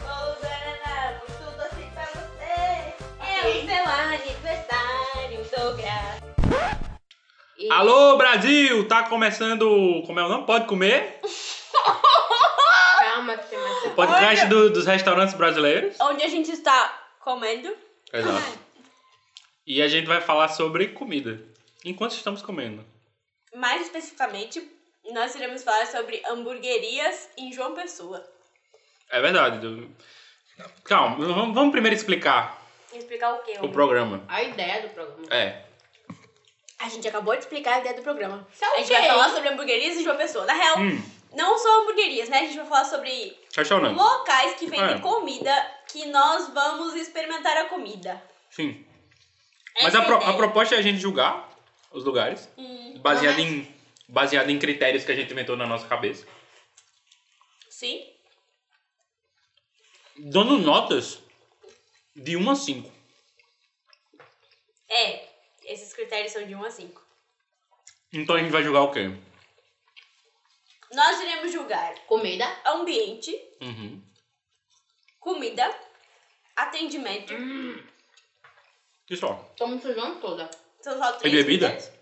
Ô, Guaraná, tudo assim pra você. É o seu aniversário, sou grata. E- Alô, Brasil! Tá começando. Como é o nome? Pode comer? Calma que tem mais O podcast do- dos restaurantes brasileiros. Onde a gente está comendo? Exato. E a gente vai falar sobre comida. Enquanto estamos comendo. Mais especificamente, nós iremos falar sobre hamburguerias em João Pessoa. É verdade. do- Calma, vamos, vamos primeiro explicar Vou Explicar o que? o programa. A ideia do programa. É. A gente acabou de explicar a ideia do programa. Isso é o A gente quê? vai falar sobre hamburguerias em João Pessoa. Na real, Hum, não só hamburguerias, né? A gente vai falar sobre restaurante. locais que vendem É. comida que nós vamos experimentar a comida. Sim. Mas a, pro- a proposta é a gente julgar os lugares. Baseado em, baseado em critérios que a gente inventou na nossa cabeça. Sim? Dando notas de 1 a 5. É. Esses critérios são de 1 a 5. Então a gente vai julgar o quê? Nós iremos julgar é Comida. ambiente, Uhum. comida, atendimento. E só. Estamos sujando toda. São só três E bebida? critérios.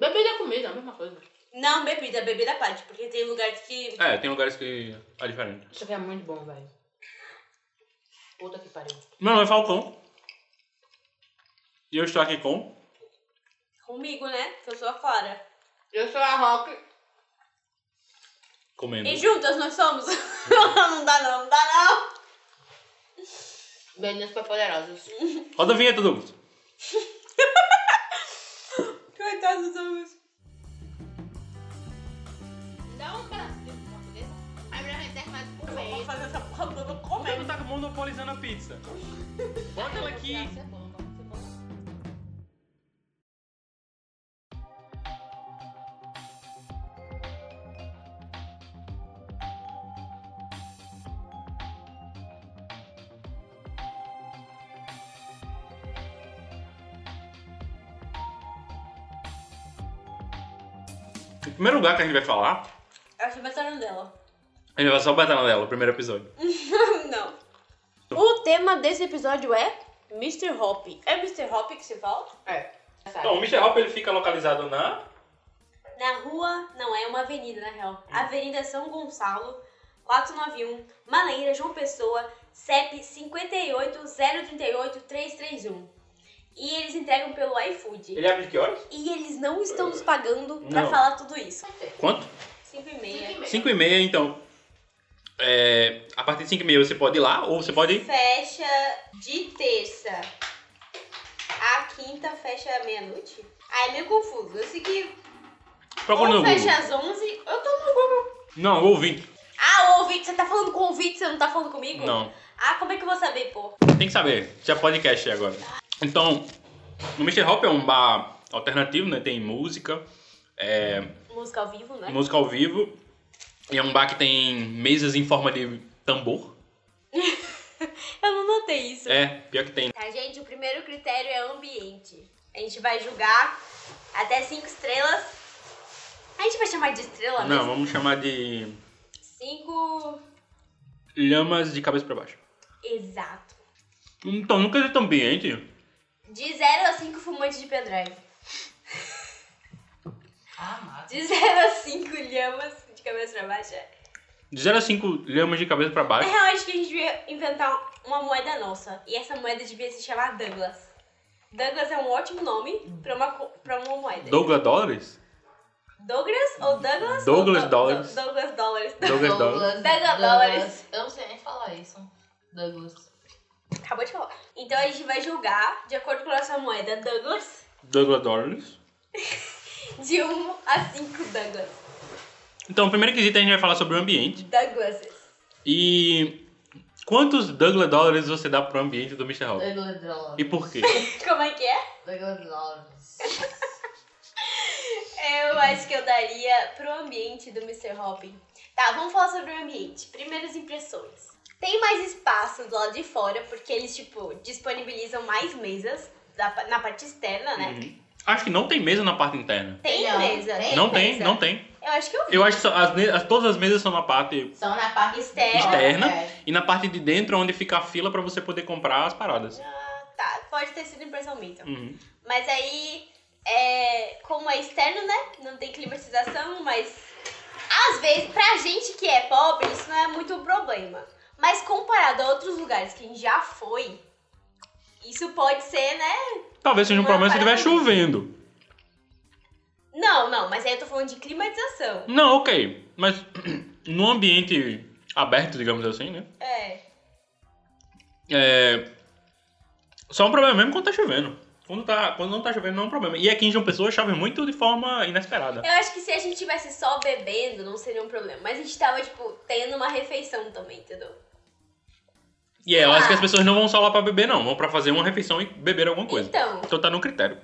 Bebida e comida, a mesma coisa. Não, bebida, bebida à parte, porque tem lugares que. É, tem lugares que é diferente. Isso aqui é muito bom, velho. Puta que pariu. Meu nome é Falcão. E eu estou aqui com. Comigo, né? Que eu sou a Clara. Eu sou a Rock. Comendo. E juntas nós somos. não dá não, não dá não. Meninas Superpoderosas. Roda a vinheta, Douglas. Coitados dos. Dá um pedaço de porco desse. Aí melhor reserva mais por Vou mês. fazer essa porra toda Você comendo. não tá monopolizando a pizza. Bota ela aqui. O primeiro lugar que a gente vai falar, Eu achei batalhão um dela. a gente vai só bater na dela, o primeiro episódio. não. O tema desse episódio é Mr. Hop. É Mr. Hop que se fala? É. Então, o Mr. Hop ele fica localizado na. Na rua, não, é uma avenida, na Hum. real. Avenida São Gonçalo, 491, Maleira, João Pessoa, CEP 58038-331. E eles entregam pelo iFood. Ele abre de que horas? E eles não estão nos pagando pra Não. falar tudo isso. Quanto? 5 e meia. 5 e meia, então. É, a partir de 5 e meia você pode ir lá, ou você pode ir. Fecha de terça. A quinta fecha meia-noite. Ah, é meio confuso. Eu sei que Procura no ou fecha Google. às 11, eu tô no Google. Não, eu ouvi. Ah, ouvinte, você tá falando com ouvinte, você não tá falando comigo? Não. Ah, como é que eu vou saber, pô? Tem que saber. Já podcast agora. Então, o Mr. Hop é um bar alternativo, né? Tem música, é, Música ao vivo, né? música ao vivo. E é um bar que tem mesas em forma de tambor. Eu não notei isso. É, pior que tem. Tá, gente, o primeiro critério é ambiente. A gente vai julgar até cinco estrelas. A gente vai chamar de estrela né? Não, mesmo? vamos chamar de Cinco. lhamas de cabeça pra baixo. Exato. Então, nunca é tão ambiente. De 0 a 5 fumantes de pendrive. Ah, mata. De 0 a 5 lhamas de cabeça pra baixo. De 0 a 5 lhamas de cabeça pra Na baixo. real, acho que a gente devia inventar uma moeda nossa. E essa moeda devia se chamar Douglas. Douglas é um ótimo nome pra uma, co- pra uma moeda. Douglas Dólares? Douglas ou Douglas? Douglas ou Dollars. Douglas Dollars. Douglas Dólares. Pega dólares. Eu não sei nem falar isso. Douglas. Acabou de falar. Então a gente vai julgar, de acordo com a nossa moeda, Douglas, Douglas Dólares. de 1 a 5 Douglas. Então, o primeiro quesito a gente vai falar sobre o ambiente. Douglases. E quantos Douglas Dólares você dá pro ambiente do Mr. Hop? Douglas Dólares. E por quê? Como é que é? Douglas Dólares. Eu acho que eu daria pro ambiente do Mr. Robin. Tá, vamos falar sobre o ambiente. Primeiras impressões. Tem mais espaço do lado de fora, porque eles, tipo, disponibilizam mais mesas da- na parte externa, né? Uhum. Acho que não tem mesa na parte interna. Tem Não, mesa. tem Não tem, mesa. não tem. Eu acho que eu vi. Eu acho que só- as, me- as- todas as mesas são na parte São na parte Externa. Externa. É. e na parte de dentro onde fica a fila pra você poder comprar as paradas. Ah, tá. Pode ter sido impressão minha, então. Uhum. Mas aí, é, como é externo, né? Não tem climatização, mas às vezes, pra gente que é pobre, isso não é muito um problema. Mas comparado a outros lugares que a gente já foi, isso pode ser, né? Talvez seja um Uma problema se parada estiver chovendo. Não, não, mas aí eu tô falando de climatização. Não, ok. Mas num ambiente aberto, digamos assim, né? É. É. Só é um problema mesmo quando tá chovendo. Quando, tá, quando não tá chovendo, não é um problema. E aqui em João Pessoa chove muito de forma inesperada. Eu acho que se a gente tivesse só bebendo, não seria um problema. Mas a gente tava, tipo, tendo uma refeição também, entendeu? E é, eu acho Ah. que as pessoas não vão só lá pra beber, não. Vão pra fazer uma refeição e beber alguma coisa. Então, Então tá no critério.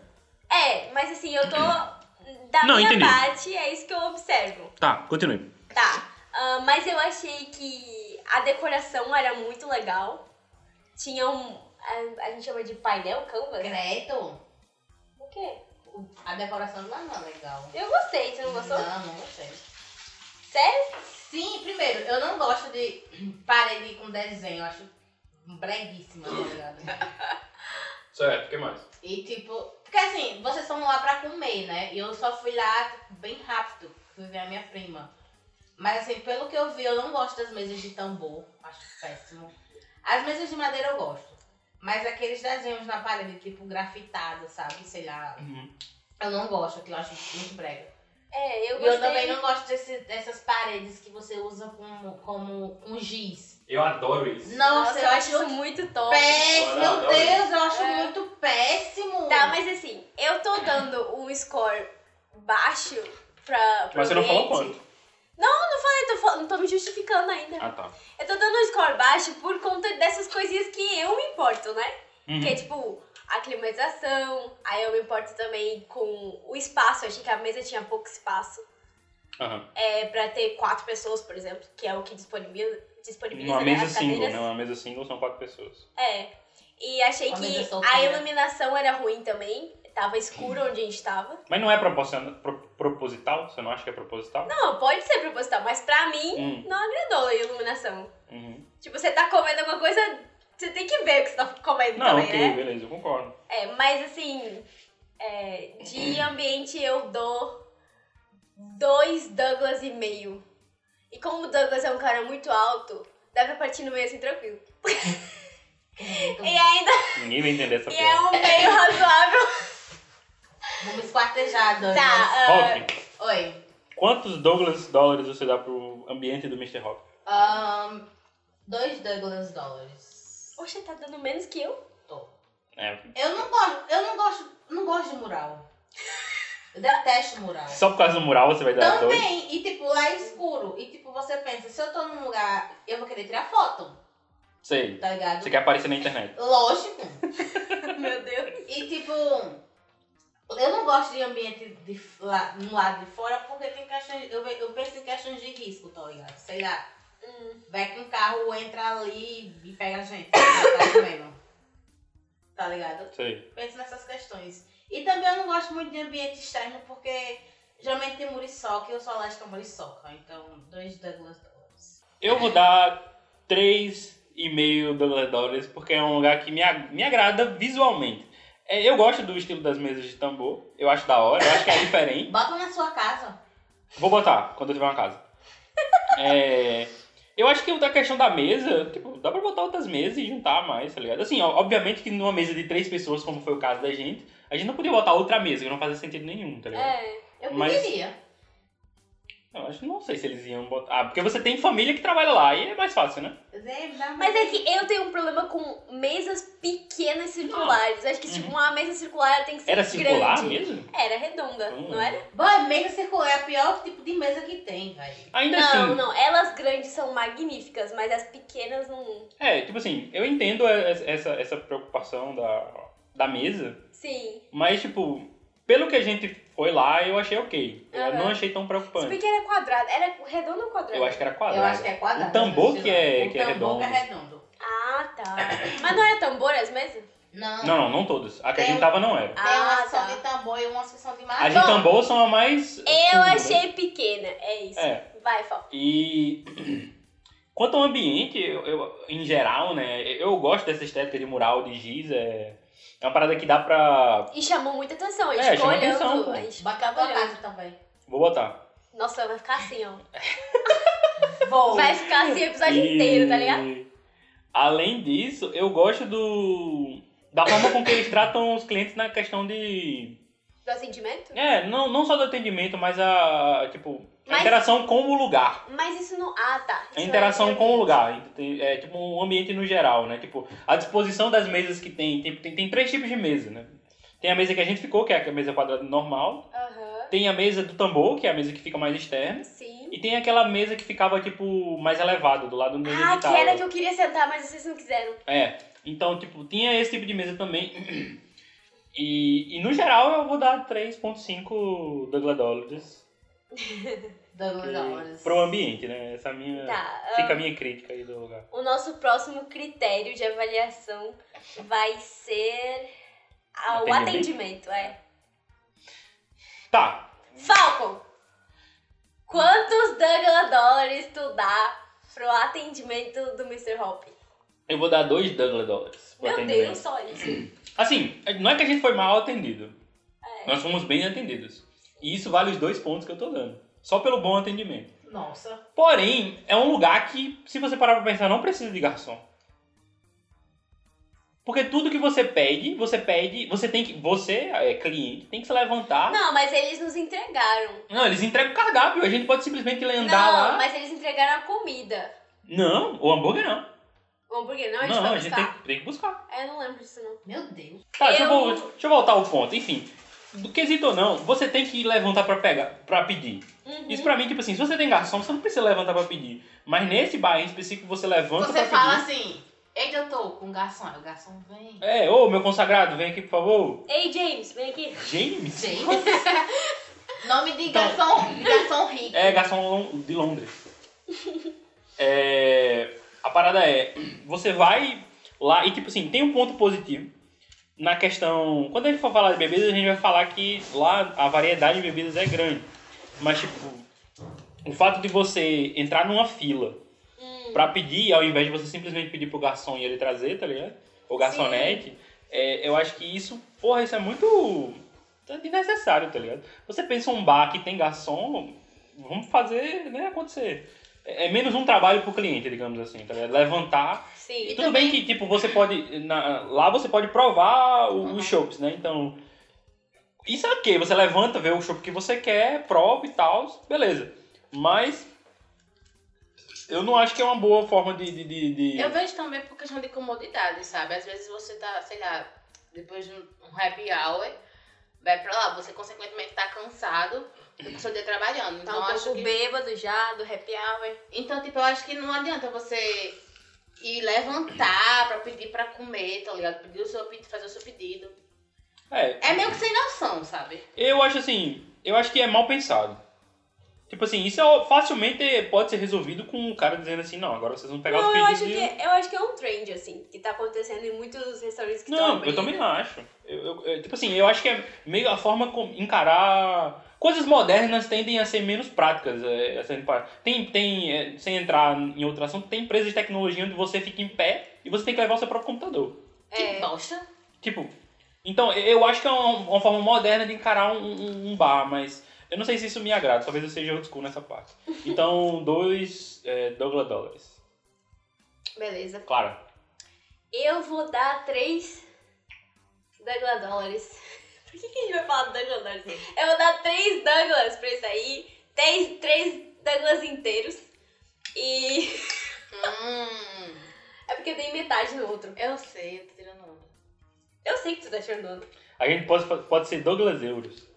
é, mas assim, eu tô. Da Não, minha entendi. parte, é isso que eu observo. Tá, continue. Tá. ah, mas eu achei que a decoração era muito legal. Tinha um. A, a gente chama de painel canvas? né? Credo. O quê? A decoração lá não é legal. Eu gostei, você não gostou? Não, não gostei. Sério? Sim, primeiro, eu não gosto de parede com desenho. Eu acho breguíssima, tá ligado? Certo, o que mais? E tipo, porque assim, vocês foram lá pra comer, né? E eu só fui lá tipo, bem rápido. Fui ver a minha prima. Mas assim, pelo que eu vi, eu não gosto das mesas de tambor. Acho péssimo. As mesas de madeira eu gosto. Mas aqueles desenhos na parede, tipo, grafitado, sabe? Sei lá. Eu não gosto, aquilo eu acho muito brega. É, eu E gostei. eu também não gosto desse- dessas paredes que você usa como, como um giz. Eu adoro isso. Nossa, eu acho isso muito top. péssimo. Eu Meu adoro Deus, eu acho É. muito péssimo. Tá, mas assim, eu tô dando um score baixo pra. pro Mas você não falou ambiente. quanto. Eu tô, fal- não tô me justificando ainda. Ah, tá. Eu tô dando um score baixo por conta dessas coisinhas que eu me importo, né? Que é Uhum. tipo a climatização, aí eu me importo também com o espaço, eu achei que a mesa tinha pouco espaço. Aham. É pra ter quatro pessoas, por exemplo, que é o que disponibiliza, disponibiliza Uma né, mesa as single, cadeiras. né? Uma mesa single são quatro pessoas. É. E achei Uma mesa né? que a solteira. iluminação era ruim também. Tava escuro onde a gente tava. Mas não é proporciona- pro- proposital? Você não acha que é proposital? Não, pode ser proposital, mas pra mim Hum, não agradou a iluminação. uhum. Tipo, você tá comendo alguma coisa, você tem que ver o que você tá comendo Não, também, ok, né? beleza, eu concordo. É, mas assim, é, de ambiente eu dou dois Douglas e meio. E como o Douglas é um cara muito alto, dá pra partir no meio assim tranquilo. Muito E ainda Ninguém vai entender essa e é piada. um meio razoável. Vamos esquartejar, Dani. Tá, ah, Rock, Oi. quantos Douglas dólares você dá pro ambiente do Mr. Rock? Ahn, dois Douglas dólares. poxa, tá dando menos que eu? Tô. É, Eu não gosto, eu não gosto, não gosto de mural. Eu detesto mural. Só por causa do mural você vai dar dois? Também, e tipo, lá é escuro. E tipo, você pensa, se eu tô num lugar, eu vou querer tirar foto, Sei. tá ligado? Você quer aparecer na internet. Lógico. Meu Deus. E tipo, eu não gosto de ambiente de f- lá, no lado de fora porque tem questões. Eu, ve- eu penso em questões de risco, tá ligado? Sei lá, Hum. vai com o carro, entra ali e pega a gente. Tá comendo. Tá ligado? Sei. Penso nessas questões. E também eu não gosto muito de ambiente externo porque geralmente tem muriçoca e eu sou alérgica a muriçoca. Então, dois Douglas Douglas. Eu vou dar três e meio Douglas dólares porque é um lugar que me, ag- me agrada visualmente. É, eu gosto do estilo das mesas de tambor. Eu acho da hora. Eu acho que é diferente. Bota na sua casa. Vou botar quando eu tiver uma casa. É, eu acho que da questão da mesa, tipo, dá pra botar outras mesas e juntar mais, tá ligado? Assim, ó, obviamente que numa mesa de três pessoas, como foi o caso da gente, a gente não podia botar outra mesa, que não fazia sentido nenhum, tá ligado? É. Eu Mas- pediria. Eu acho, não sei se eles iam botar. Ah, porque você tem família que trabalha lá e é mais fácil, né? Mas é que eu tenho um problema com mesas pequenas circulares. Acho que tipo, Uhum. uma mesa circular ela tem que ser Era grande. circular mesmo? Era redonda, Hum. não era? Boy, mesa circular é a pior tipo de mesa que tem, velho. Ainda Não, assim. não. Elas grandes são magníficas, mas as pequenas não. É, tipo assim, eu entendo es- essa, essa preocupação da, da mesa, Sim. mas, tipo, pelo que a gente foi lá, eu achei ok. Eu Aham. não achei tão Se bem preocupante. que era quadrada. Era redonda ou quadrada? Eu acho que era quadrado. Eu acho que é quadrado. O tambor sei que lá. é- o que é Um tambor redondo. que é redondo. Ah, tá. Mas não era tambor as mesas? Não. Não, não, não todas. A que Tem a É. gente tava não era. Tem uma Ah, sessão tá. de tambor e uma sessão de A magia. de tambor são a mais. Eu curva. achei pequena, é isso. Uhum. É. Vai, Fal. E quanto ao ambiente, eu, eu- em geral, né, eu gosto dessa estética de mural, de giz, é, é uma parada que dá pra... E chamou muita atenção, a gente É, ficou chamou olhando. atenção, pô. a gente Bota a ficava olhando. vontade também. Vou botar. Nossa, vai ficar assim, ó. Vou. Vai ficar assim o episódio inteiro, tá ligado? Além disso, eu gosto do... Da forma com que eles tratam os clientes na questão de... Do assentimento? É, não, não só do atendimento, mas a, tipo, a Mas- interação com o lugar. Mas isso não. Ah, tá. Isso A é interação outra com o coisa. lugar, tem- é tipo o ambiente no geral, né? Tipo, a disposição das mesas que tem, tem, tem, tem três tipos de mesa, né? Tem a mesa que a gente ficou, que é a mesa quadrada normal, Aham. tem a mesa do tambor, que é a mesa que fica mais externa, Sim. e tem aquela mesa que ficava, tipo, mais elevada, do lado do Ah, que digital. era um- que eu queria sentar, mas vocês não quiseram. É, então, tipo, tinha esse tipo de mesa também. E, e no geral eu vou dar 3.5 Douglas Dollars Douglas Lawrence. pro ambiente, né? Essa é a minha... Tá. ah, Fica a minha crítica aí do lugar. O nosso próximo critério de avaliação vai ser a- o Atendimento? atendimento, é. Tá, Falcon! Quantos Douglas Dollars tu dá pro atendimento do Mr. Hop? Eu vou dar dois Douglas Dollars. pro Meu atendimento. Deus, só isso. Assim, não é que a gente foi mal atendido. É. Nós fomos bem atendidos. E isso vale os dois pontos que eu tô dando. Só pelo bom atendimento. Nossa. Porém, é um lugar que, se você parar pra pensar, não precisa de garçom. Porque tudo que você pede, você pede, você tem que. Você, é, cliente, tem que se levantar. Não, Não, mas eles nos entregaram. eles entregam o cardápio, a gente pode simplesmente andar não, lá. mas eles entregaram a comida. Não, o hambúrguer não. O hambúrguer não, a gente não, foi a gente tem, buscar. tem que buscar. É, eu não lembro disso não. Meu Deus. Tá, deixa, eu... Eu- vol- deixa eu voltar ao ponto. Enfim, do quesito ou não, você tem que levantar pra pegar, para pedir. Uhum. Isso pra mim, tipo assim, se você tem garçom, você não precisa levantar pra pedir. Mas nesse bar em específico, você levanta Você pra fala pedir. assim, eita, eu tô com um garçom. Aí o garçom vem. É, ô meu consagrado, vem aqui, por favor. Ei, James, vem aqui. James? Gente. Nome de Então- garçom, garçom rico. É, garçom lon- de Londres. É, a parada é, você vai lá e, tipo assim, tem um ponto positivo na questão... Quando a gente for falar de bebidas, a gente vai falar que lá a variedade de bebidas é grande. Mas, tipo, o fato de você entrar numa fila Hum. pra pedir, ao invés de você simplesmente pedir pro garçom e ele trazer, tá ligado? Ou garçonete, é, eu acho que isso, porra, isso é muito tá desnecessário, tá ligado? Você pensa um bar que tem garçom, vamos fazer né, acontecer. É é menos um trabalho pro cliente, digamos assim, tá ligado? Levantar. Sim. E Tudo bem que, tipo, você pode. na- lá você pode provar o- Uhum. os shows, né? Então. Isso é ok, você levanta, vê o show que você quer, prova e tal, beleza. Mas. Eu não acho que é uma boa forma de. de, de- de- Eu vejo também por questão de comodidade, sabe? Às vezes você tá, sei lá, depois de um um happy hour, vai pra lá, você consequentemente tá cansado do seu dia trabalhando. Tá Então, um eu acho pouco que... bêbado já, do happy hour. então, tipo, eu acho que não adianta você ir levantar pra pedir pra comer, tá ligado? Pedir o seu pedido, fazer o seu pedido. É, É meio que sem noção, sabe? eu acho assim. Eu acho que é mal pensado. Tipo assim, isso é facilmente pode ser resolvido com o cara dizendo assim: não, agora vocês vão pegar os Não, eu pedidos. acho, e- que, eu acho que é um trend, assim, que tá acontecendo em muitos restaurantes que estão Não, eu também não acho. Eu, eu- eu- tipo assim, eu acho que é meio a forma como encarar. Coisas modernas tendem a ser menos práticas. É, a serem pra- tem, tem, é, sem entrar em outro assunto, tem empresas de tecnologia onde você fica em pé e você tem que levar o seu próprio computador. Que bosta. Tipo, então eu eu acho que é uma, uma forma moderna de encarar um, um- um bar, mas eu não sei se isso me agrada. Talvez eu seja old school nessa parte. Então, dois é, Douglas Dollars. Beleza. Claro. Eu vou dar três Douglas Dollars. Por que, que a gente vai falar do Douglas Dollars? Eu vou dar três Douglas pra isso aí. Três, três Douglas inteiros. E. Hum, É porque eu dei metade no outro. eu sei, eu tô tirando onda. Eu sei que tu tá chorando. A gente pode, pode ser Douglas Euros.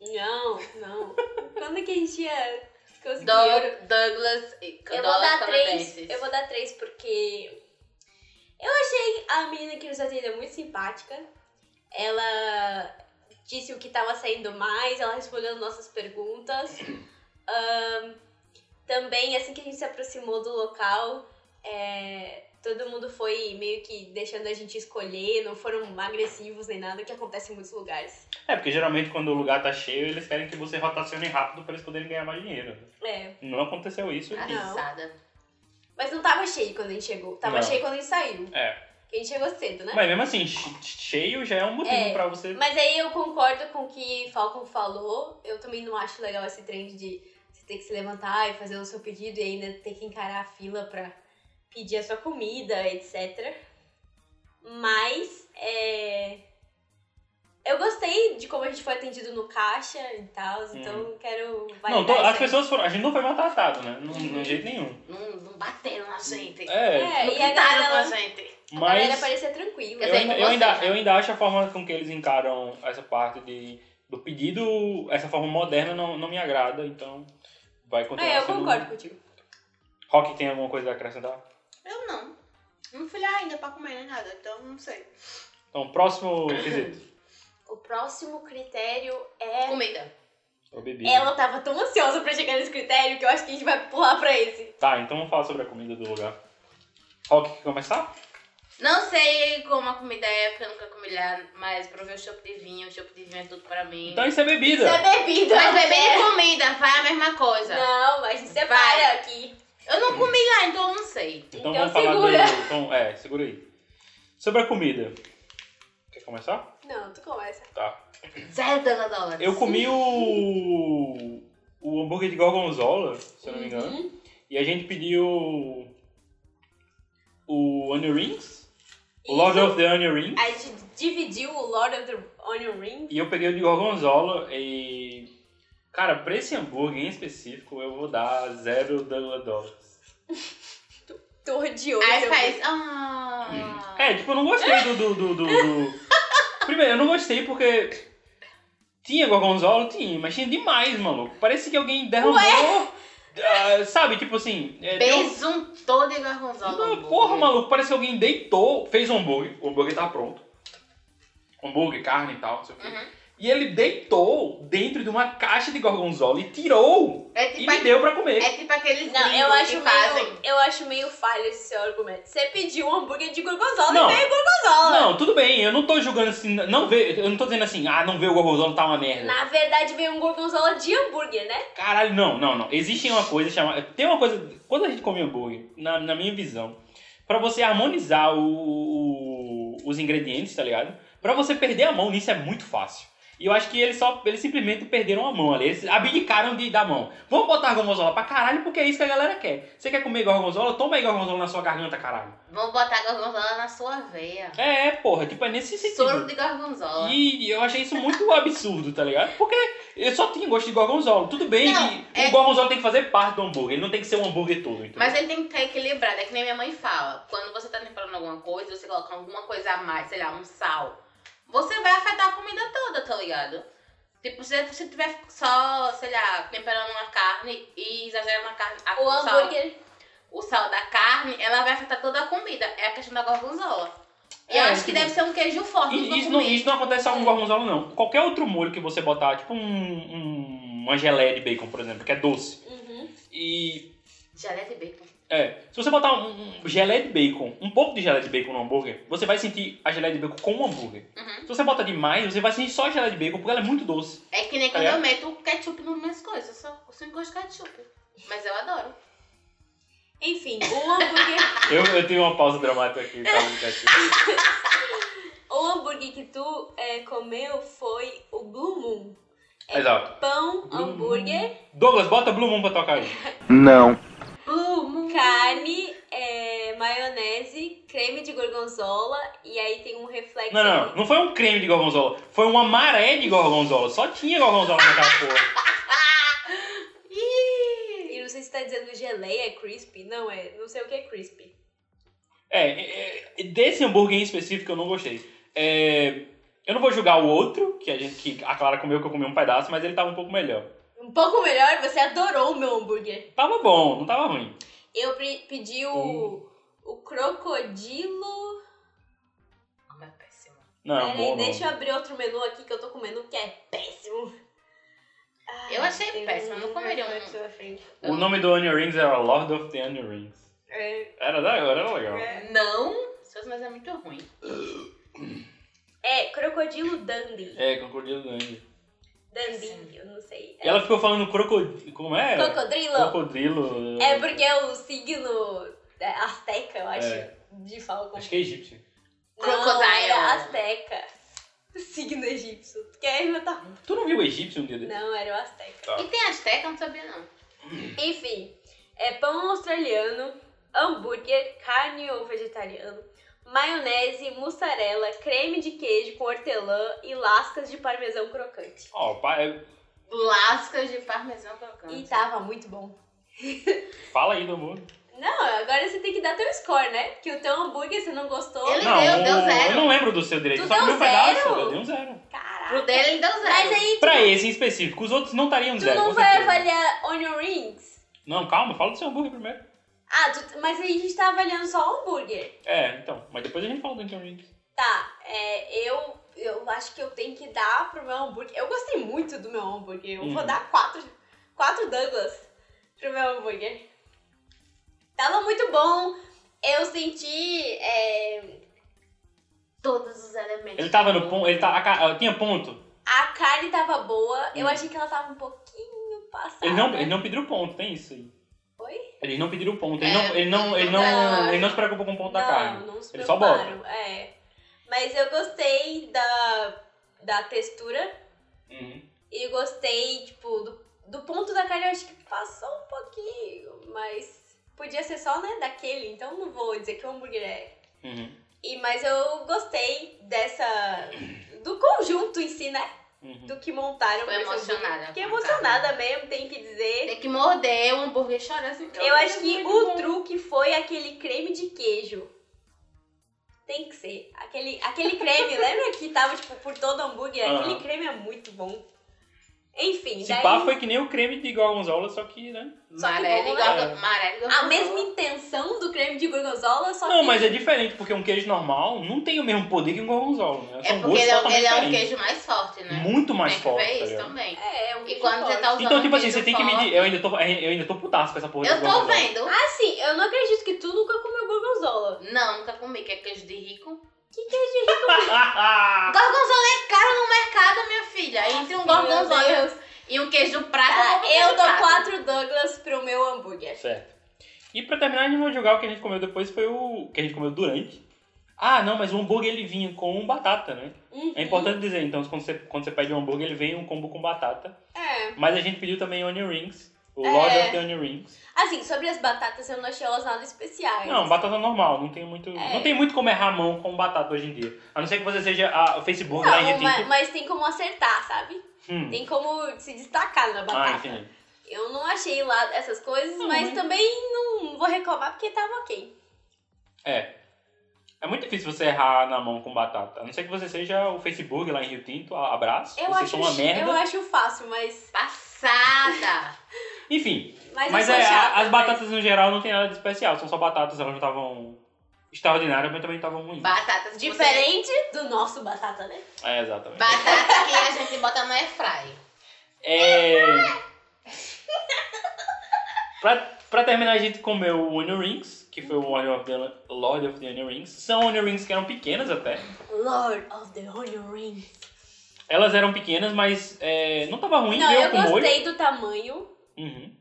Não, não. Quando que a gente ia conseguir ouro? Doug- Douglas e Eu vou dólares dar três. canadenses. Eu vou dar três porque eu achei a menina que nos atendeu muito simpática. Ela disse o que estava saindo mais, ela respondeu nossas perguntas. Ahn, também assim que a gente se aproximou do local, é, todo mundo foi meio que deixando a gente escolher, não foram agressivos nem nada, que acontece em muitos lugares. É, porque geralmente quando o lugar tá cheio, eles querem que você rotacione rápido pra eles poderem ganhar mais dinheiro. É. Não aconteceu isso. Ah, aqui. não. Cansada. Mas não tava cheio quando a gente chegou. Tava Não. cheio quando a gente saiu. É. Porque a gente chegou cedo, né? Mas mesmo assim, che- cheio já é um motivo É. pra você. Mas aí eu concordo com o que Falcon falou. Eu também não acho legal esse trend de você ter que se levantar e fazer o seu pedido e ainda ter que encarar a fila pra pedir a sua comida, etc. Mas é. Eu gostei de como a gente foi atendido no caixa e tal, então quero Hum. validar Não, to- isso as aí. pessoas foram. A gente não foi maltratado, né? Não, de jeito nenhum. Não, não bateram na gente. É. É, não e a gritaram galera- com a gente. A Mas. galera tá parecia tranquila. Quer Eu dizer, ainda, com eu, você, ainda, né? eu ainda acho a forma com que eles encaram essa parte de, do pedido, essa forma moderna não, não me agrada, então vai continuar É, eu sendo- concordo contigo. Rock tem alguma coisa a acrescentar? Eu não. Não fui lá ainda pra comer nem nada, então não sei. Então, próximo quesito. O próximo critério é Comida. Ou bebida. Ela tava tão ansiosa pra chegar nesse critério que eu acho que a gente vai pular pra esse. Tá, então vamos falar sobre a comida do lugar. Rock, quer começar? Não sei como a comida é, porque eu nunca comi lá, mas provei o chopp de vinho. O chopp de vinho é tudo pra mim. Então isso é bebida. Isso é bebida. mas é beber e comida, faz a mesma coisa. Não, mas se separa Vai. aqui. Eu não comi lá, então eu não sei. Então, Então vamos falar segura. do. Então, é, segura aí. Sobre a comida. Quer começar? Não, tu começa. Tá. Zero dólar dólares. Eu comi o. o hambúrguer de gorgonzola, se eu não me engano. Uhum. E a gente pediu o Onion Rings, o Isso. Lord of the Onion Rings, A gente dividiu o Lord of the Onion Ring. e eu peguei o de gorgonzola e... Cara, pra esse hambúrguer em específico, eu vou dar zero dólar dólares. Tu odiou. Aí seu faz. Hum. Ah. É, tipo, eu não gostei do... do, do, do- do- Primeiro, eu não gostei porque... Tinha gorgonzola? Tinha, mas tinha demais, maluco. Parece que alguém derramou... ah, sabe, tipo assim... é, deu- Besuntou de gorgonzola. Não, hambúrguer. porra, maluco, parece que alguém deitou, fez um hambúrguer, o hambúrguer tá pronto. Hambúrguer, carne e tal, não sei o quê. Uhum. E ele deitou dentro de uma caixa de gorgonzola e tirou É e tipo, me deu pra comer. é tipo aqueles Não, eu gringos acho, que fazem. meio, eu acho meio falho esse seu argumento. Você pediu um hambúrguer de gorgonzola Não. e veio gorgonzola. Não, tudo bem, eu não tô julgando assim, não vê, eu não tô dizendo assim, ah, não vê o gorgonzola tá uma merda. Na verdade, veio um gorgonzola de hambúrguer, né? Caralho, não, não, não. Existe uma coisa chamada. Tem uma coisa. Quando a gente come hambúrguer, na, na minha visão, pra você harmonizar o, o- os ingredientes, tá ligado? Pra você perder a mão nisso é muito fácil. E eu acho que eles só. Eles simplesmente perderam a mão ali. Eles abdicaram de, da mão. Vamos botar gorgonzola pra caralho, porque é isso que a galera quer. Você quer comer gorgonzola? Toma aí gorgonzola na sua garganta, caralho. Vão botar gorgonzola na sua veia. É, é, porra, tipo, é nesse sentido. Soro de gorgonzola. E eu achei isso muito absurdo, tá ligado? Porque eu só tinha gosto de gorgonzola. Tudo bem Não, que é- o gorgonzola tem que fazer parte do hambúrguer, ele não tem que ser um hambúrguer todo, entendeu? Mas é ele tem que estar equilibrado. É que nem minha mãe fala. Quando você tá temperando alguma coisa, você coloca alguma coisa a mais, sei lá, um sal. Você vai afetar a comida toda, tá ligado? Tipo, se você tiver só, sei lá, temperando uma carne e exagerando a carne. a- O sal- hambúrguer. o sal da carne, ela vai afetar toda a comida. É a questão da gorgonzola. E É, eu acho que tipo, deve ser um É. queijo forte. E- nunca isso, não, comi. isso não acontece só com gorgonzola, não. Qualquer outro molho que você botar, tipo um, um, uma geleia de bacon, por exemplo, que é doce. Uhum. E. Geleia de bacon. É, se você botar um, um geleia de bacon, um pouco de geleia de bacon no hambúrguer, você vai sentir a geleia de bacon com o hambúrguer. Uhum. Se você bota demais, você vai sentir só a geleia de bacon, porque ela é muito doce. É que nem quando É. eu meto ketchup nas minhas coisas. Eu só, eu só gosto de ketchup. Mas eu adoro. Enfim, o hambúrguer Eu, eu tive uma pausa dramática aqui, tá muito aqui. O hambúrguer que tu é, comeu foi o Blue Moon. Exato. Pão, Blue hambúrguer, Douglas, bota Blue Moon pra tocar aí. Não. Blue Moon. carne, é, maionese, creme de gorgonzola e aí tem um reflexo. Não, não, não. aqui. Não foi um creme de gorgonzola. Foi uma maré de gorgonzola. Só tinha gorgonzola naquela porra. E não sei se tá dizendo geleia, é crispy. Não, é. Não sei o que é crispy. É, é, é, desse hambúrguer em específico eu não gostei. É, eu não vou julgar o outro, que a, gente, que a Clara comeu, que eu comi um pedaço, mas ele tava um pouco melhor. Um pouco melhor, você adorou o meu hambúrguer. Tava bom, não tava ruim. Eu pre- pedi o. O crocodilo. é péssimo. Não, Peraí, bom. não. deixa eu abrir outro menu aqui que eu tô comendo que é péssimo. Eu achei Tem um péssimo, eu não comeria um- reflexo na frente. O nome do Onion Rings era Lord of the Onion Rings. É, Era da hora, era legal. é. Não. Seus mas é muito ruim. É, Crocodilo Dundee. É, Crocodilo Dandy. É. Dundee, eu não sei. E ela ficou falando crocodilo. Como é? Crocodrilo? Crocodilo. É porque é o signo é, azteca, eu acho, É. de fala como... Acho que é egípcio. Não, Crocodile. era azteca. Signo egípcio. Porque a irmã tá... Tu não viu o egípcio um dia desse? Não, era o azteca. Tá. E tem Azteca, eu não sabia não. Enfim, é pão australiano, hambúrguer, carne ou vegetariano, maionese, mussarela, creme de queijo com hortelã e lascas de parmesão crocante. Ó, pa- é- Lascas de parmesão crocante. E tava muito bom. fala aí do amor. Não, agora você tem que dar teu score, né? Que o teu hambúrguer você não gostou. Ele- deu- deu zero. eu não lembro do seu direito. Tu só que o deu meu pedaço, zero? eu dei um zero. Caraca. Pro dele ele deu zero. Mas aí Pra esse em específico, os outros não estariam tu zero. não com vai certeza. avaliar onion rings? Não, calma, fala do seu hambúrguer primeiro. Ah, tu- mas aí a gente tá avaliando só o hambúrguer. É, então. Mas depois a gente fala do Anton Rings. Tá, é, eu, eu acho que eu tenho que dar pro meu hambúrguer. Eu gostei muito do meu hambúrguer. Eu vou Uhum. dar quatro, quatro Douglas pro meu hambúrguer. Tava muito bom. Eu senti. é, Todos os elementos. Ele tava no ponto. Ele tá, a ca- ah, tinha ponto. a carne tava boa. Eu Hum. achei que ela tava um pouquinho passada. Ele não, ele não pediu ponto, tem isso aí. Oi? Eles não pediram ponto. Ele É, não, ele não, ele não, não. ele não se preocupa com o ponto da não, carne. Não se Ele só preocuparam, é. Mas eu gostei da, da textura Uhum. e gostei, tipo, do, do ponto da carne eu acho que passou um pouquinho, mas podia ser só, né, daquele, então não vou dizer que o hambúrguer é. Uhum. E, mas eu gostei dessa. do conjunto em si, né? Uhum. Do que montaram. Foi pra esse hambúrguer. emocionada. Fiquei emocionada mesmo, tenho que dizer. Tem que morder o hambúrguer e chorar assim. Eu acho que Muito o bom. truque foi aquele creme de queijo. Tem que ser. Aquele, aquele creme, lembra que tava, tipo, por todo hambúrguer? Aquele Ah. Aham. creme é muito bom. Enfim, Se daí pá foi que nem o creme de gorgonzola, só que, né? Só que Amarelo bom, e né? gorgon- amarelo e a gorgonzola. mesma intenção do creme de gorgonzola, só Não, que... mas é diferente, porque um queijo normal não tem o mesmo poder que um gorgonzola, né? É São porque ele gostos é, totalmente ele é um diferentes. queijo mais forte, né? Muito mais Tem que ver forte, tá isso então. ligado? também. É, é um E queijo quando você forte. tá usando Então, tipo assim, queijo você tem que forte- medir. Eu ainda tô, é, eu ainda tô putaço com essa porra Eu de tô gorgonzola. vendo. Assim, eu não acredito que tu nunca comeu gorgonzola. Não, nunca comi, que é queijo de rico. Ah, Gorgonzola é caro no mercado, minha filha. Entre um Meu gorgonzola Deus. e um queijo prato, Tá, vou eu queijo dou prato. quatro Douglas pro meu hambúrguer. certo. E pra terminar, a gente vai jogar o que a gente comeu depois foi o. que a gente comeu durante. Ah, não, mas o hambúrguer ele vinha com batata, né? Um. É importante dizer, então, quando você, quando você pede um hambúrguer, ele vem um combo com batata. É. Mas a gente pediu também onion rings. O Lord É. of the Onion Rings. Assim, sobre as batatas, eu não achei elas nada especiais. Não, batata normal, não tem muito. É. Não tem muito como errar a mão com batata hoje em dia. A não ser que você seja a, o Facebook da Não, mas, Argentina. mas tem como acertar, sabe? Hum. Tem como se destacar na Ah, batata. entendi. eu não achei lá essas coisas, Não, mas mas- também não vou reclamar porque tava ok. É. É muito difícil você errar na mão com batata. A não ser que você seja o Facebook lá em Rio Tinto, a- abraço. Eu vocês acho, são uma merda. eu acho fácil, mas. Passada. Enfim, Mas, mas, eu é, sou a- chata, né? as batatas no geral não tem nada de especial. São só batatas, elas não estavam extraordinárias, mas também estavam ruins. Batatas mas que você- Diferente do nosso batata, né? É, exatamente. Batata que a gente bota no air fry. É... pra, pra terminar, a gente comeu o Onion Rings, que foi o Onion of the, Lord of the Onion Rings. São Onion Rings que eram pequenas até. Lord of the Onion Ring. Elas eram pequenas, mas é, não tava ruim, Não, veio eu com molho. gostei do tamanho, Uhum.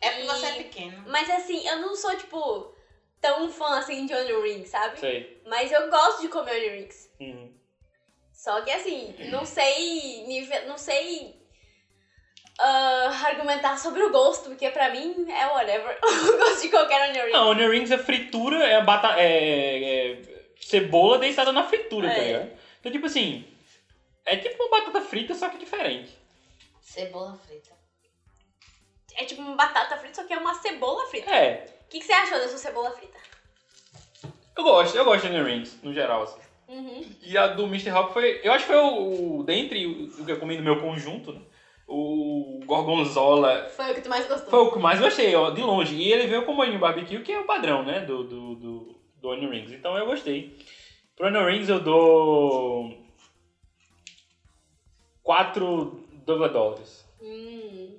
É porque você é E- pequeno. mas assim, eu não sou, tipo, tão fã assim de Onion Ring, sabe? Sei. Mas eu gosto de comer Onion Rings. Uhum. Só que assim, não sei nível, não sei ah, argumentar sobre o gosto, porque pra mim é whatever. O gosto de qualquer onion ring. Não, onion rings é fritura, é, bata é, é cebola deitada na fritura, tá É. ligado? Então, tipo assim, é tipo uma batata frita, só que diferente. Cebola frita. É tipo uma batata frita, só que é uma cebola frita. É, O que, que você achou dessa cebola frita? eu gosto, eu gosto de onion rings, no geral, assim. Uhum. E a do Mr. Hop foi, eu acho que foi o, o dentre o, o que eu comi no meu conjunto, né? O gorgonzola Foi o que tu mais gostou. foi o que mais gostei, ó, de longe. E ele veio com o molhinho barbecue, que é o padrão, né, do, do, do, do onion rings. Então, eu gostei. Pro onion rings, eu dou... quatro Douglas Dollars. Hum.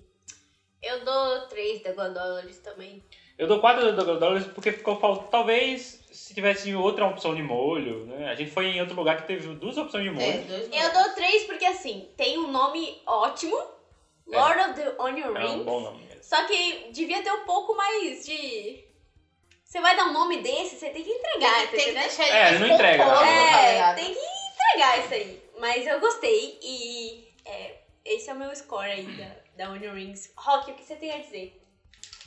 Eu dou três Double Dollars também. Eu dou 4 dólares porque ficou faltando. Talvez se tivesse outra opção de molho, né? A gente foi em outro lugar que teve duas opções de molho. É, dois Eu dou três porque assim, tem um nome ótimo. É. Lord of the Onion É um Rings. bom nome mesmo. Só que devia ter um pouco mais de. Você vai dar um nome desse, você tem que entregar, tem, que entendeu? deixar É, mais não entrega, pomposo, né? tá É, ligado? tem que entregar isso aí. Mas eu gostei e é, esse é o meu score aí da, da Onion Rings. Rock, o que você tem a dizer?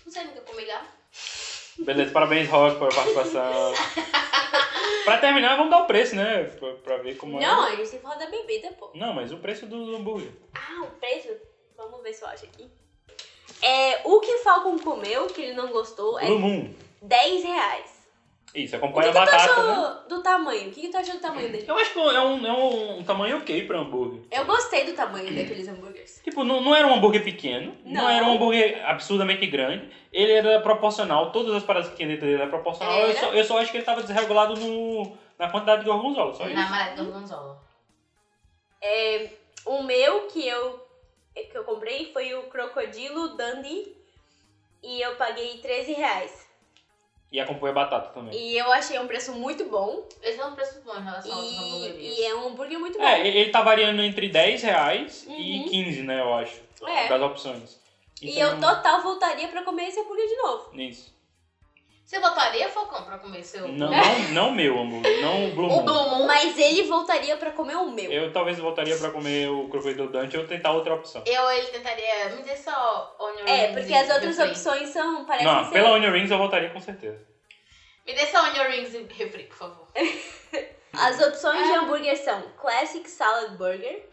Não sei nunca comi lá. Beleza, parabéns, Rock, pela participação. pra terminar, vamos dar o preço, né? Pra, pra ver como Não, é. a gente tem que falar da bebida, pô. Não, mas o preço do hambúrguer. Ah, o preço? Vamos ver se eu acho aqui. É, o que Falcon comeu, que ele não gostou, é Blue Moon. 10 reais. Isso, O acompanha que, tá a que tu batata, né? achou do tamanho? O que, que tu achou do tamanho dele? Eu acho que é um, é um, um tamanho ok pra hambúrguer. Eu gostei do tamanho daqueles hambúrgueres. Tipo, não, não era um hambúrguer pequeno, não. Não. era um hambúrguer absurdamente grande. Ele era proporcional, todas as paradas que tinha dentro dele era proporcional. Eu Era. só, eu só acho que ele tava desregulado no, na quantidade de gorgonzola, só isso. Na Maré do Gonzalo. O meu que eu que eu comprei foi o Crocodilo Dandy e eu paguei 13 reais. E acompanha a batata também. E eu achei um preço muito bom Eles dão um preço bom em relação aos e, hambúrgueres. e é um hambúrguer muito bom. É, ele ele tá variando entre 10 reais e Uhum. 15, né, eu acho. É. Das opções. Então, E um eu total voltaria pra comer esse hambúrguer de novo. Isso. Você botaria Falcão pra comer seu... Não, não, não meu hambúrguer, não o Blue O Moon. Blue Moon. Mas ele voltaria pra comer o meu. Eu talvez voltaria pra comer o crocodilo Dante ou tentar outra opção. Eu, ele tentaria... Me dê só onion É, rings porque e as outras refri. opções são parecem Não, ser pela Onion Rings eu voltaria com certeza. Me dê só um onion rings e refri, por favor. É. As opções de É. hambúrguer são Classic Salad Burger,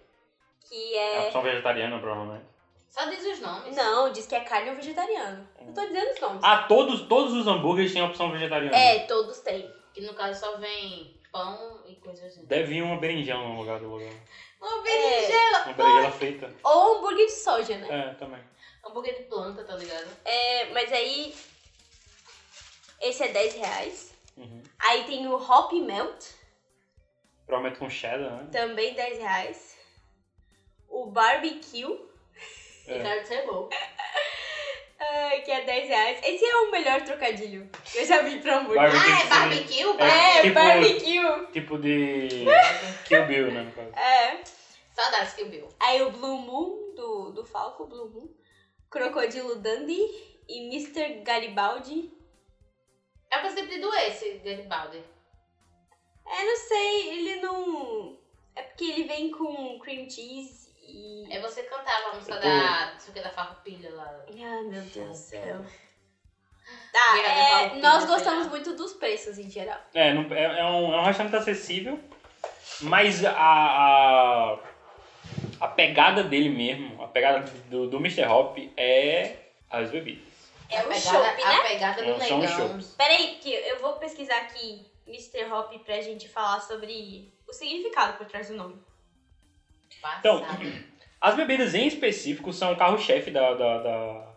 que É a é opção vegetariana, provavelmente. Só diz os nomes. não, diz que é carne ou vegetariano. Eu tô dizendo os nomes. Ah, todos, todos os hambúrgueres têm opção vegetariana. É, todos têm. Que no caso só vem pão e coisas assim. Deve vir uma berinjela no lugar do lugar. Uma berinjela. Uma berinjela frita. Ou hambúrguer de soja, né? É, também. Hambúrguer de planta, tá ligado? É, mas aí. Esse é 10 reais. Uhum. Aí tem o Hop Melt, Provavelmente com cheddar, né? também 10 reais. O Barbecue, É. E cara de ser bom. ah, que é 10 reais. Esse é o melhor trocadilho que eu já vi pra hambúrguer. Barbecue. Ah, é barbecue? É, tipo- barbecue. Tipo de. Kill Bill, né? No caso. É. Saudades que viu. Aí o Blue Moon, do, do Falco, Blue Moon. Crocodilo Dandy e Mr. Garibaldi. Eu pensei pedido esse, Garibaldi. É, não sei, ele não. É porque ele vem com cream cheese e. É você cantava a música da. Não sei o que, da farroupilha lá. Ah, meu Deus do céu. Obrigada, Tá, é, Paulo, nós por me gostamos apoiar. muito dos preços em geral. É, não- é, é um, é um restaurante acessível, mas a, a, a pegada dele mesmo, a pegada do, do Mr. Hop é as bebidas. É a o pegada, chopp, a né? pegada do Não são os negão. shows. Peraí, que eu vou pesquisar aqui Mr. Hop pra gente falar sobre o significado por trás do nome. Então, Passado. as bebidas em específico são o carro-chefe da, da, da-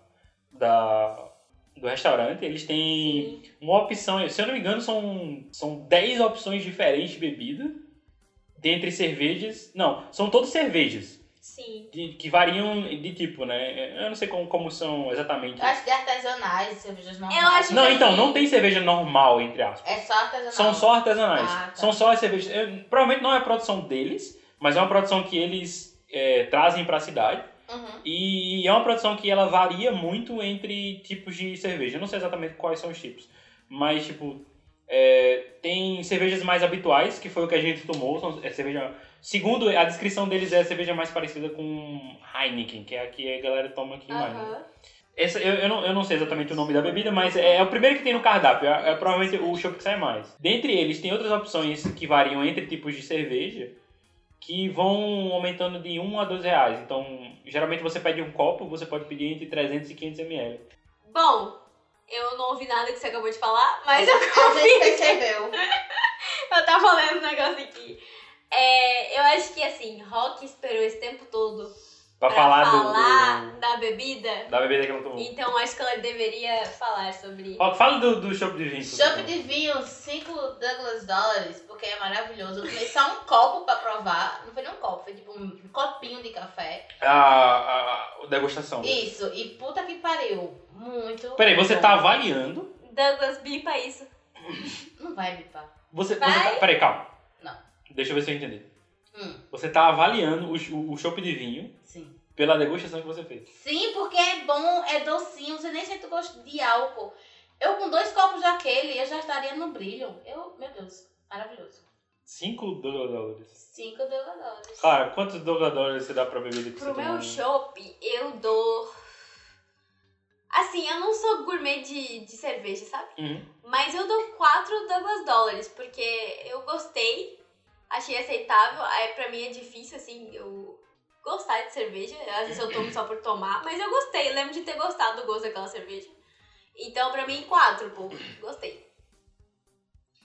da- do restaurante. Eles têm uma opção, se eu não me engano, são, são 10 opções diferentes de bebida. Dentre cervejas. Não, são todas cervejas. Sim. de- que variam de tipo, né? Eu não sei como, como são exatamente. Eu acho que é artesanais, cervejas normais. Eu acho Não, que- então, não tem cerveja normal, entre aspas. É só artesanal. São só artesanais. Ah, tá. São só as cervejas. é, Provavelmente não é produção deles, mas é uma produção que eles é, trazem pra cidade. Uhum. E é uma produção que ela varia muito entre tipos de cerveja. Eu não sei exatamente quais são os tipos. Mas, tipo, é, tem cervejas mais habituais, que foi o que a gente tomou. São, é cerveja, segundo a descrição deles, é a cerveja mais parecida com Heineken, que é a que a galera toma aqui mais. né? Aham. Essa, eu, eu, não, eu não sei exatamente o nome da bebida, mas é, o primeiro que tem no cardápio. É, é provavelmente o chopp que sai mais. Dentre eles, tem outras opções que variam entre tipos de cerveja que vão aumentando de 1 a 2 reais. Então, geralmente você pede um copo, você pode pedir entre 300 e 500 ml. Bom, eu não ouvi nada que você acabou de falar, mas É. eu A gente confio que percebeu. eu tava lendo um negócio aqui. É, eu acho que assim, Rock esperou esse tempo todo Pra, falar, do- do, da bebida. da bebida que ela tomou. Então acho que ela deveria falar sobre. Ó, Fala do, do chopp de vinho. Chopp de vinho, 5 Douglas dólares, porque é maravilhoso. Eu tomei só um copo pra provar. Não foi nem um copo, foi tipo um copinho de café. A, a, a degustação. Isso, e puta que pariu. Muito. Peraí, você tá bom. avaliando. Douglas, bipa isso. Não vai bipar. Você. você Vai. tá- peraí, calma. Não. Deixa eu ver se eu entendi. Hum, Você tá avaliando o, ch- o chopp de vinho sim. pela degustação que você fez. Sim, porque é bom, é docinho, você nem sente o gosto de álcool. Eu com dois copos daquele, eu já estaria no brilho. Eu, meu Deus, maravilhoso. 5 Douglas Dólares. Cinco dólares. Cara, quantos Douglas Dólares você dá pra bebida que você Pro meu tomou? chopp, eu dou. Assim, eu não sou gourmet de, de cerveja, sabe? Uhum. Mas eu dou 4 Douglas dólares, porque eu gostei, achei aceitável. Aí pra mim é difícil, assim, eu gostar de cerveja. Às vezes eu tomo só por tomar, mas eu gostei, eu lembro de ter gostado do gosto daquela cerveja. Então pra mim, 4, pô, gostei.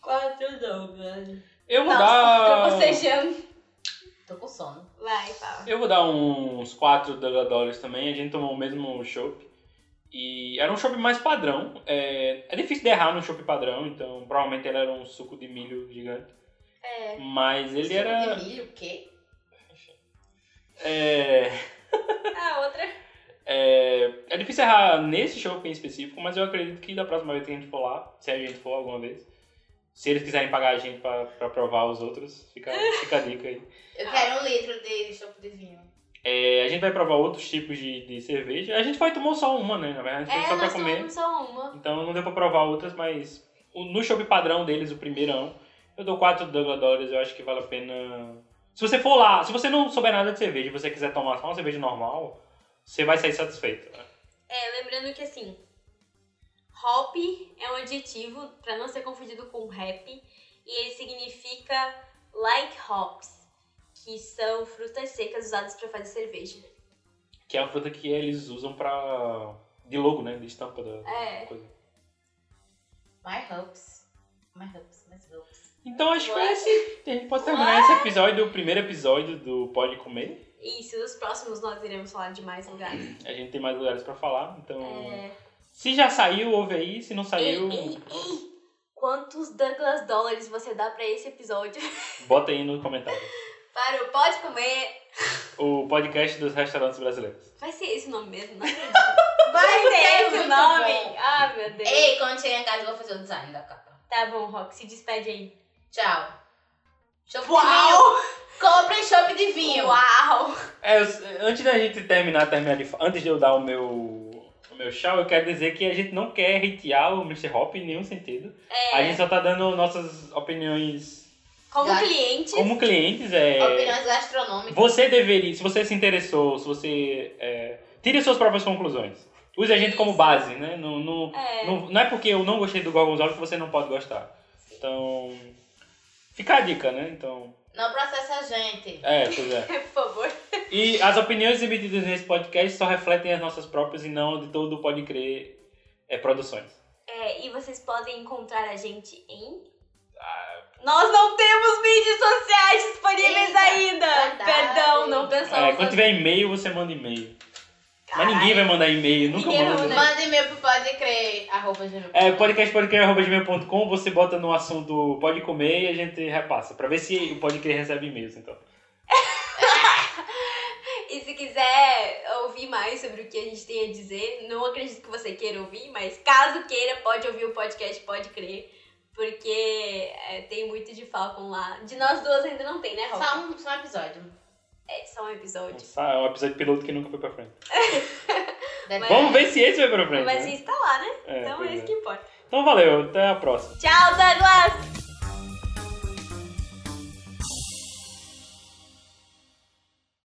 Quatro dólares. Eu vou Nossa, dar. tô Então, bocejando. Tô com sono. Vai, fala. Eu vou dar uns 4 Douglas Dólares também. A gente tomou o mesmo chopp. E era um chopp mais padrão. É, é difícil de errar no chopp padrão, então provavelmente ele era um suco de milho gigante. É. Mas ele Suco era. De milho, o quê? É, Ah, outra. é, é difícil errar nesse chopp em específico, mas eu acredito que da próxima vez que a gente for lá, se a gente for alguma vez, se eles quiserem pagar a gente pra, pra provar os outros, fica, fica a dica aí. Eu quero um litro de chope de vinho. É, a gente vai provar outros tipos de, de cerveja. A gente foi tomou só uma, né? Na verdade, a gente É, foi só pra nós comer. tomamos só uma. Então não deu pra provar outras, mas o- no shopping padrão deles, o primeirão, eu dou 4 Douglas Dólares, eu acho que vale a pena. Se você for lá, se você não souber nada de cerveja e você quiser tomar só uma cerveja normal, você vai sair satisfeito. né? É, lembrando que assim, hop é um adjetivo para não ser confundido com rap e ele significa like hops, que são frutas secas usadas para fazer cerveja. Que é a fruta que eles usam pra. de logo, né? De estampa da da É. coisa. My hopes. My hopes, my hopes. Então acho que What? é esse. A gente pode terminar esse episódio, o primeiro episódio do Pode Comer. E isso, nos próximos nós iremos falar de mais lugares. A gente tem mais lugares pra falar, então. É, Se já saiu, ouve aí. Se não saiu, ei, ei, ei, quantos Douglas dólares você dá para esse episódio? bota aí no comentário. para o Pode Comer. O podcast dos restaurantes brasileiros. Vai ser esse o nome mesmo? Não acredito. Vai Vai ser ser esse o muito nome? bom. Ah, meu Deus. Ei, quando chegar em casa, eu vou fazer o design da capa. Tá bom, Rock, se despede aí. Tchau. Chope de vinho. Comprem chope de vinho. Uau! É, eu- antes da gente terminar, terminar de, fa- antes de eu dar o meu, o meu tchau, eu quero dizer que a gente não quer hatear o Mr. Hop em nenhum sentido. A gente só tá dando nossas opiniões É, Como Gato. cliente, como clientes. É, Opiniões gastronômicas. você deveria, se você se interessou, se você. É, tire suas próprias conclusões. Use a gente como Isso. base, né? Não, não, É. não, não é porque eu não gostei do Gorgonzola que você não pode gostar. Então. Fica a dica, né? Então. Não processa a gente. É, pois é. por favor. E as opiniões emitidas nesse podcast só refletem as nossas próprias e não de todo o Pode Crer é, Produções. É, e vocês podem encontrar a gente em. Ah. Nós não temos mídias sociais disponíveis Eita, ainda! verdade. Perdão, não É, pensamos. quando tiver e-mail, você manda e-mail. Mas Caralho. ninguém vai mandar e-mail, nunca É, Ninguém vai manda. mandar. Manda e-mail pro podecrer, arroba gmail. É, podcastpodecrer.com, você bota no assunto Pode Comer e a gente repassa, pra ver se o Pode Crer recebe e-mails, então. E se quiser ouvir mais sobre o que a gente tem a dizer, não acredito que você queira ouvir, mas caso queira, pode ouvir o podcast Pode Crer. Porque é, tem muito de Falcon lá. De nós duas ainda não tem, né, Rob? Só um, só um episódio. É só um episódio. Nossa, é um episódio piloto que nunca foi pra frente. Deve- Vamos ver se esse vai pra frente, Mas né? isso tá lá, né? É, Então é pois isso é. que importa. Então valeu, até a próxima. Tchau, Douglas!